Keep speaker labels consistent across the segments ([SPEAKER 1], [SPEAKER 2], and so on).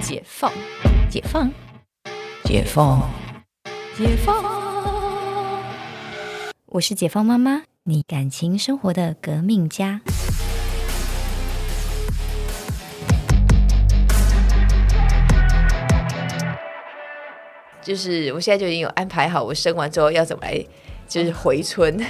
[SPEAKER 1] 解放，解放，解放，解放。
[SPEAKER 2] 我是解放妈妈，你感情生活的革命家。
[SPEAKER 1] 就是我现在就已经有安排好，我生完之后要怎么来，就是回 春，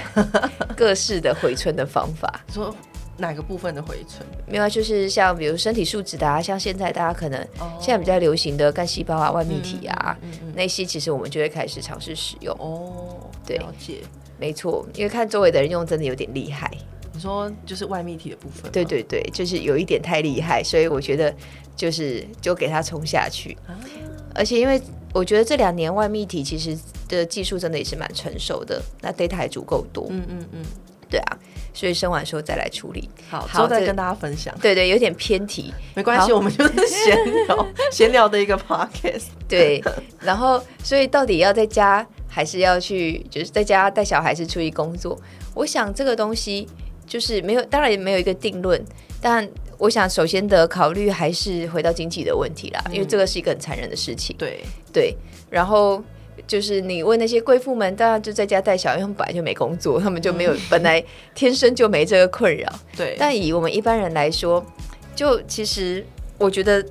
[SPEAKER 1] 各式的回春的方法。
[SPEAKER 3] 你说哪个部分的回春？
[SPEAKER 1] 没有啊，就是像比如身体素质的啊，像现在大家可能
[SPEAKER 3] 哦
[SPEAKER 1] 现在比较流行的干细胞啊、外泌体啊、
[SPEAKER 3] 嗯嗯嗯嗯
[SPEAKER 1] 那些，其实我们就会开始尝试使用。
[SPEAKER 3] 哦，
[SPEAKER 1] 对
[SPEAKER 3] 了解。
[SPEAKER 1] 没错，因为看周围的人用真的有点厉害。
[SPEAKER 3] 你说就是外泌体的部分吗，
[SPEAKER 1] 对对对，就是有一点太厉害，所以我觉得就是就给它冲下去。
[SPEAKER 3] 啊，
[SPEAKER 1] 而且因为我觉得这两年外泌体其实的技术真的也是蛮成熟的，那 data 还足够多，
[SPEAKER 3] 嗯嗯嗯，
[SPEAKER 1] 对啊，所以生完之后再来处理。
[SPEAKER 3] 好，之
[SPEAKER 1] 好
[SPEAKER 3] 后再
[SPEAKER 1] 这
[SPEAKER 3] 跟大家分享。
[SPEAKER 1] 对对，有点偏题，
[SPEAKER 3] 没关系，
[SPEAKER 1] 好
[SPEAKER 3] 我们就是闲聊 闲聊的一个 podcast。
[SPEAKER 1] 对，然后所以到底要在家还是要去，就是在家带小孩是出去工作？我想这个东西就是没有，当然也没有一个定论，但我想首先的考虑还是回到经济的问题啦，因为这个是一个很残忍的事情。
[SPEAKER 3] 嗯对，
[SPEAKER 1] 对，然后。就是你问那些贵妇们，当然就在家带小孩，因为他们本来就没工作，他们就
[SPEAKER 3] 嗯
[SPEAKER 1] 没有、本来天生就没这个困扰。
[SPEAKER 3] 对，
[SPEAKER 1] 但以我们一般人来说，就其实我觉得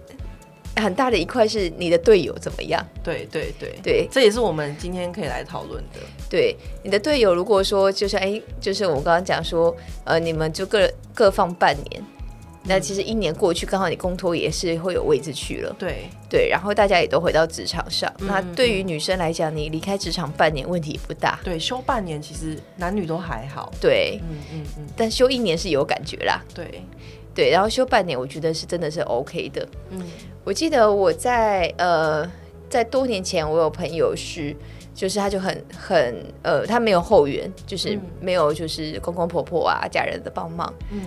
[SPEAKER 1] 很大的一块是你的队友怎么样。
[SPEAKER 3] 对对对，
[SPEAKER 1] 对
[SPEAKER 3] 这也是我们今天可以来讨论的。
[SPEAKER 1] 对，你的队友如果说就是哎，就是我们刚刚讲说，呃，你们就各各放半年，那
[SPEAKER 3] 嗯
[SPEAKER 1] 其实一年过去，刚好你公托也是会有位置去了。
[SPEAKER 3] 对，
[SPEAKER 1] 对，然后大家也都回到职场上。
[SPEAKER 3] 嗯
[SPEAKER 1] 那对于女生来讲，你离开职场半年问题也不大。
[SPEAKER 3] 对，休半年其实男女都还好。
[SPEAKER 1] 对，
[SPEAKER 3] 嗯嗯嗯，
[SPEAKER 1] 但休一年是有感觉啦。
[SPEAKER 3] 对，
[SPEAKER 1] 对，然后休半年，我觉得是真的是 OK 的。
[SPEAKER 3] 嗯
[SPEAKER 1] 我记得我在呃，在多年前，我有朋友是，就是他就很很呃，他没有后援，就是
[SPEAKER 3] 嗯
[SPEAKER 1] 没有就是公公婆婆啊家人的帮忙，
[SPEAKER 3] 嗯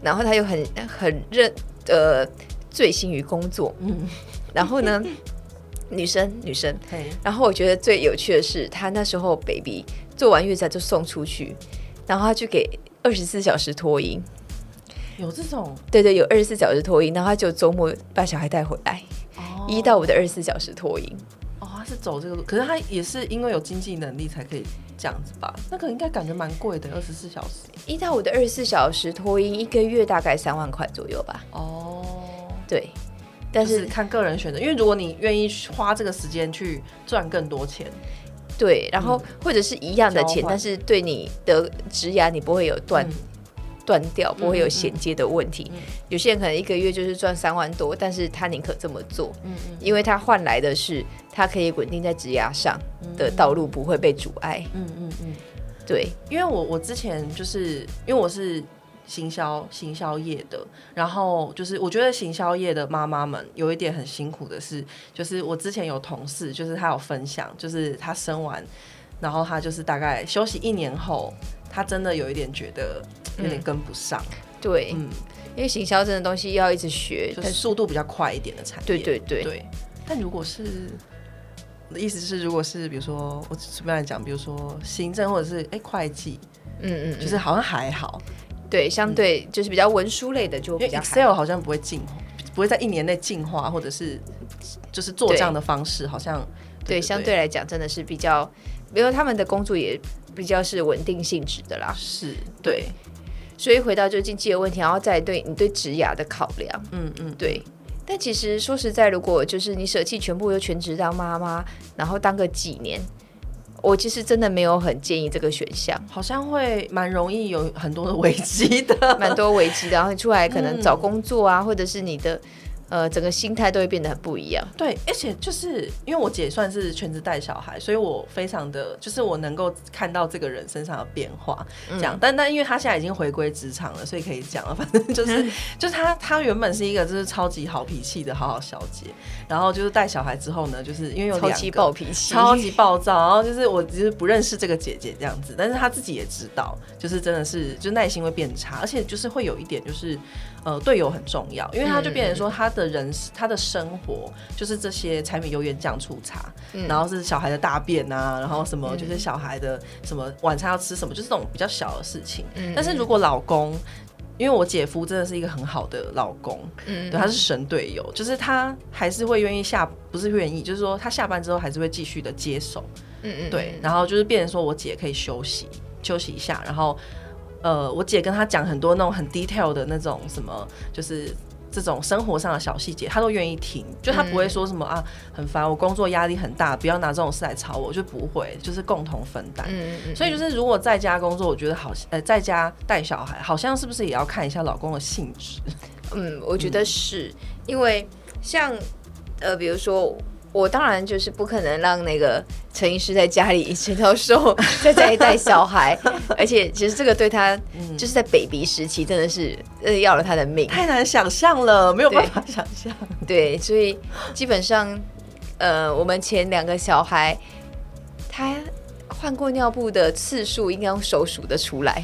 [SPEAKER 1] 然后他又很很认呃醉心于工作，
[SPEAKER 3] 嗯，
[SPEAKER 1] 然后 呢，女生女生，
[SPEAKER 3] 嘿，
[SPEAKER 1] 然后我觉得最有趣的是，他那时候 baby 做完月子就送出去，然后他就给二十四小时托婴，
[SPEAKER 3] 有这种
[SPEAKER 1] 对对，有二十四小时托婴，然后他就周末把小孩带回来，
[SPEAKER 3] 哦
[SPEAKER 1] 一到五的二十四小时托婴。
[SPEAKER 3] 哦，他是走这个路，可是他也是因为有经济能力才可以这样子吧？那个应该感觉蛮贵的，二十四小时。
[SPEAKER 1] 一到五的二十四小时托婴，一个月大概三万块左右吧。
[SPEAKER 3] 哦，
[SPEAKER 1] 对，但、
[SPEAKER 3] 就是是看个人选择，因为如果你愿意花这个时间去赚更多钱，
[SPEAKER 1] 对，然后或者是一样的
[SPEAKER 3] 嗯交
[SPEAKER 1] 钱，
[SPEAKER 3] 换
[SPEAKER 1] 但是对你的职涯你不会有断
[SPEAKER 3] 嗯
[SPEAKER 1] 断、掉，不会有
[SPEAKER 3] 嗯嗯
[SPEAKER 1] 衔接的问题。
[SPEAKER 3] 嗯
[SPEAKER 1] 有些人可能一个月就是赚三万多，但是他宁可这么做，
[SPEAKER 3] 嗯嗯
[SPEAKER 1] 因为他换来的是他可以稳定在职涯上的道路不会被阻碍。
[SPEAKER 3] 嗯嗯嗯，
[SPEAKER 1] 对，
[SPEAKER 3] 因为我我之前就是因为我是行销行销业的，然后就是我觉得行销业的妈妈们有一点很辛苦的是，就是我之前有同事，就是她有分享，就是她生完，然后她就是大概休息一年后，她真的有一点觉得
[SPEAKER 1] 嗯
[SPEAKER 3] 有点跟不上，
[SPEAKER 1] 对，
[SPEAKER 3] 嗯，
[SPEAKER 1] 因为行销这种东西要一直学，
[SPEAKER 3] 就
[SPEAKER 1] 但
[SPEAKER 3] 是
[SPEAKER 1] 是
[SPEAKER 3] 速度比较快一点的产业，
[SPEAKER 1] 对对对
[SPEAKER 3] 对，但如果是我的意思是，如果是比如说我随便来讲，比如说行政或者是哎、会计，
[SPEAKER 1] 嗯嗯，嗯
[SPEAKER 3] 就是好像还好，
[SPEAKER 1] 对，相对就是比较文书类的就
[SPEAKER 3] 因为
[SPEAKER 1] 比较还好
[SPEAKER 3] Excel 好像不会进，不会在一年内进化，或者是就是做这样的方式，好像
[SPEAKER 1] 对，相对来讲真的是比较，因为他们的工作也比较是稳定性质的啦。
[SPEAKER 3] 是
[SPEAKER 1] 对，所以回到就是经济的问题，然后再来对你对职涯的考量，
[SPEAKER 3] 嗯嗯，
[SPEAKER 1] 对。但其实说实在，如果就是你舍弃全部就全职当妈妈，然后当个几年，我其实真的没有很建议这个选项，
[SPEAKER 3] 好像会蛮容易有很多的危机的，
[SPEAKER 1] 蛮多危机的。然后你出来可能找工作啊，或者是你的呃整个心态都会变得很不一样。
[SPEAKER 3] 对，而且就是因为我姐算是全职带小孩，所以我非常的就是我能够看到这个人身上的变化，
[SPEAKER 1] 嗯
[SPEAKER 3] 这样。但但因为她现在已经回归职场了，所以可以讲了。反正就是 就是她她原本是一个就是超级好脾气的好好小姐，然后就是带小孩之后呢，就是因为有
[SPEAKER 1] 超
[SPEAKER 3] 两
[SPEAKER 1] 级
[SPEAKER 3] 个
[SPEAKER 1] 暴脾气，
[SPEAKER 3] 超级暴躁，然后就是我只是不认识这个姐姐这样子，但是她自己也知道，就是真的是就耐心会变差，而且就是会有一点就是呃队友很重要，因为她就变成说她的人她的生活就是这些柴米油盐酱醋茶，
[SPEAKER 1] 嗯
[SPEAKER 3] 然后是小孩的大便啊，然后什么就是
[SPEAKER 1] 嗯
[SPEAKER 3] 小孩的什么晚餐要吃什么，就是这种比较小的事情。但是如果老公因为我姐夫真的是一个很好的老公，
[SPEAKER 1] 嗯，
[SPEAKER 3] 对，他是神队友，就是他还是会愿意下，不是愿意，就是说他下班之后还是会继续的接手，
[SPEAKER 1] 嗯嗯，
[SPEAKER 3] 对，然后就是变成说我姐可以休息休息一下，然后呃，我姐跟他讲很多那种很 detail 的那种什么，就是。这种生活上的小细节，他都愿意听，就他不会说什么、啊，很烦，我工作压力很大，不要拿这种事来吵我，就不会，就是共同分担。
[SPEAKER 1] 嗯嗯，
[SPEAKER 3] 所以
[SPEAKER 1] 就
[SPEAKER 3] 就是，如果在家工作，我觉得好，呃，在家带小孩，好像是不是也要看一下老公的性 质？
[SPEAKER 1] 嗯，我觉得是、因为像呃，比如说。我当然就是不可能让那个陈医师在家里一直到瘦，在家里带小 孩，而且其实这个对他
[SPEAKER 3] 嗯
[SPEAKER 1] 就是在 baby 时期真的是呃要了他的命，
[SPEAKER 3] 太难想象了，没有
[SPEAKER 1] 对
[SPEAKER 3] 办法想象。
[SPEAKER 1] 对，所以基本上，呃，我们前两个小孩，他换过尿布的次数应该用手数得出来，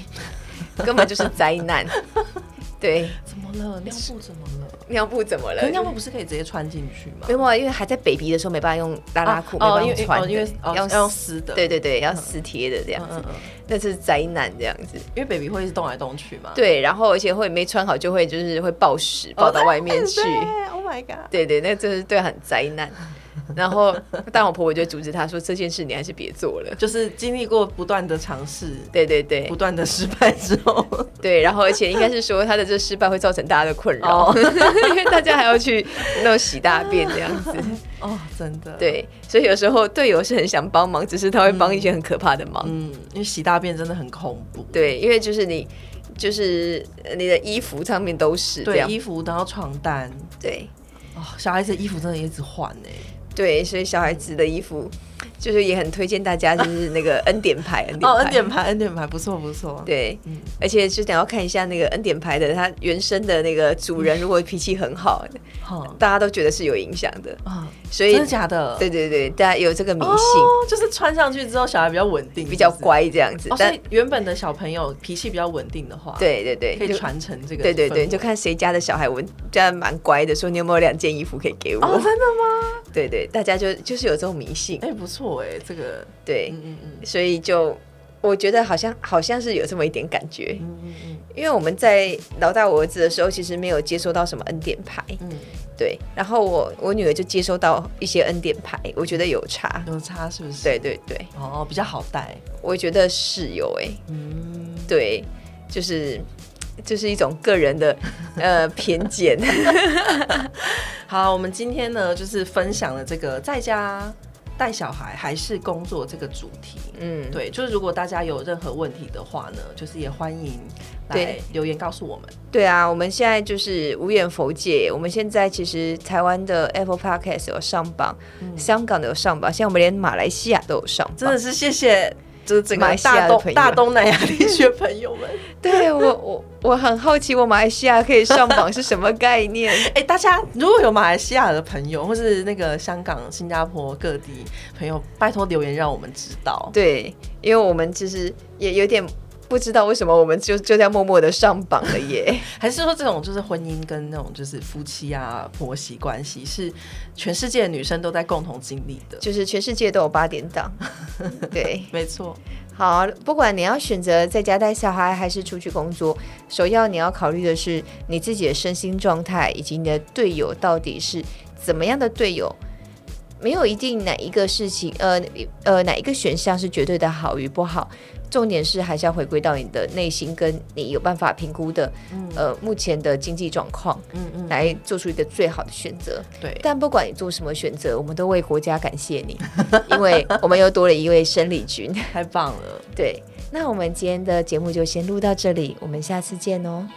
[SPEAKER 1] 根本就是灾 难。对，
[SPEAKER 3] 怎么了？尿布怎么了？
[SPEAKER 1] 尿布怎么
[SPEAKER 3] 可
[SPEAKER 1] 了？
[SPEAKER 3] 是尿布不是可以直接穿进去吗
[SPEAKER 1] 没？有啊，因为还在 baby 的时候没办法用拉拉裤，
[SPEAKER 3] 啊哦，
[SPEAKER 1] 没办
[SPEAKER 3] 因为
[SPEAKER 1] 法穿
[SPEAKER 3] 哦，
[SPEAKER 1] 的，
[SPEAKER 3] 因为哦要
[SPEAKER 1] 要
[SPEAKER 3] 用
[SPEAKER 1] 撕
[SPEAKER 3] 撕的，
[SPEAKER 1] 对对对，要撕贴的这样
[SPEAKER 3] 嗯，
[SPEAKER 1] 子
[SPEAKER 3] 嗯，嗯，
[SPEAKER 1] 那是灾难这样子。
[SPEAKER 3] 因为 baby 会一直动来动去嘛。
[SPEAKER 1] 对，然后而且会没穿好就会就是会暴食，
[SPEAKER 3] 哦，
[SPEAKER 1] 暴到外面去。
[SPEAKER 3] 对 Oh my god！
[SPEAKER 1] 对对，那真的是对很灾难。然后，但我婆婆就阻止她说：“这件事你还是别做了。
[SPEAKER 3] 就是经历过不断的尝试”。
[SPEAKER 1] 对对对
[SPEAKER 3] 不断的失败之后，
[SPEAKER 1] 对，然后而且应该是说她的这失败会造成大家的困扰，
[SPEAKER 3] 哦
[SPEAKER 1] 因为大家还要去那种洗大便这 样子。
[SPEAKER 3] 哦，真的，，
[SPEAKER 1] 对，所以有时候队友是很想帮忙，只是他会帮一些很可怕的忙。
[SPEAKER 3] 嗯，因为洗大便真的很恐怖，
[SPEAKER 1] 对，因为就是你，就是呃你的衣服上面都是这
[SPEAKER 3] 对，
[SPEAKER 1] 样。
[SPEAKER 3] 衣服然后床单，
[SPEAKER 1] 对
[SPEAKER 3] 哦，小孩子的衣服真的一直换哎、
[SPEAKER 1] 对，所以小孩子的衣服就是也很推荐大家，就是那个恩典牌，恩典牌。
[SPEAKER 3] 哦，恩典牌，恩典牌，不错不错。，
[SPEAKER 1] 对，
[SPEAKER 3] 嗯
[SPEAKER 1] 而且就等要看一下那个恩典牌的，它原生的那个主人，如果脾气很好，
[SPEAKER 3] 好
[SPEAKER 1] 大家都觉得是有影响的。
[SPEAKER 3] 啊，
[SPEAKER 1] 所以
[SPEAKER 3] 真的，假的？
[SPEAKER 1] 对对对，大家有这个迷
[SPEAKER 3] 哦
[SPEAKER 1] 信，，
[SPEAKER 3] 就是穿上去之后小孩比较稳定，
[SPEAKER 1] 比较
[SPEAKER 3] 是不是。
[SPEAKER 1] 乖这样子
[SPEAKER 3] 哦，。所
[SPEAKER 1] 但
[SPEAKER 3] 以原本的小朋友脾气比较稳定的话，，
[SPEAKER 1] 对对对，
[SPEAKER 3] 可以
[SPEAKER 1] 就
[SPEAKER 3] 传承这个氛
[SPEAKER 1] 对
[SPEAKER 3] 围。
[SPEAKER 1] 对对，就看谁家的小孩，我家蛮乖的，说你有没有两件衣服可以给
[SPEAKER 3] 哦，
[SPEAKER 1] 我？
[SPEAKER 3] 真的吗？
[SPEAKER 1] 对对，大家就就是有这种迷信，
[SPEAKER 3] 哎，不错哎，这个，
[SPEAKER 1] 对，
[SPEAKER 3] 嗯嗯嗯
[SPEAKER 1] 所以就我觉得好像好像是有这么一点感觉，
[SPEAKER 3] 嗯嗯
[SPEAKER 1] 因为我们在老大我儿子的时候，其实没有接收到什么恩典牌，
[SPEAKER 3] 嗯嗯，
[SPEAKER 1] 对，然后我我女儿就接收到一些恩典牌，我觉得有差。
[SPEAKER 3] 有差是不是？
[SPEAKER 1] 对，对对，
[SPEAKER 3] 哦，比较好带。
[SPEAKER 1] 我觉得是有哎、
[SPEAKER 3] 嗯，
[SPEAKER 1] 对，就是就是一种个人 的呃偏见，
[SPEAKER 3] 好，我们今天呢就是分享了这个在家带小孩还是工作这个主题。
[SPEAKER 1] 嗯，
[SPEAKER 3] 对，就是如果大家有任何问题的话呢，就是也欢迎来
[SPEAKER 1] 对
[SPEAKER 3] 留言告诉我们。
[SPEAKER 1] 对啊，我们现在就是无远佛界，我们现在其实台湾的 Apple Podcast 有上榜，香港的有上榜，现在我们连马来西亚都有上榜，
[SPEAKER 3] 嗯真的是谢谢，就是整
[SPEAKER 1] 马
[SPEAKER 3] 个
[SPEAKER 1] 来西亚
[SPEAKER 3] 大
[SPEAKER 1] 的朋
[SPEAKER 3] 东
[SPEAKER 1] 友
[SPEAKER 3] 大东南亚地区的朋友们。
[SPEAKER 1] 对我我我很好奇，我马来西亚可以上榜是什么概念？
[SPEAKER 3] 哎、大家如果有马来西亚的朋友，或是那个香港、新加坡各地朋友，拜托留言让我们知 道。
[SPEAKER 1] 对，因为我们其实也有点不知道为什么我们就就这样默默的上榜了 耶。
[SPEAKER 3] 还是说这种就是婚姻跟那种就是夫妻啊、婆媳关系，是全世界的女生都在共同经历的。
[SPEAKER 1] 就是全世界都有八点档， 对，
[SPEAKER 3] 没错，
[SPEAKER 1] 好，不管你要选择在家带小孩还是出去工作，首要你要考虑的是你自己的身心状态，以及你的队友到底是怎么样的队友。没有一定哪一个事情，呃呃，哪一个选项是绝对的好与不好。重点是还是要回归到你的内心，跟你有办法评估的，呃，目前的经济状况，
[SPEAKER 3] 嗯嗯，
[SPEAKER 1] 来做出一个最好的选择。
[SPEAKER 3] 对，
[SPEAKER 1] 但不管你做什么选择，我们都为国家感谢你，因为我们又多了一位生理君。
[SPEAKER 3] 太棒了。
[SPEAKER 1] 对，那我们今天的节目就先录到这里，我们下次见哦。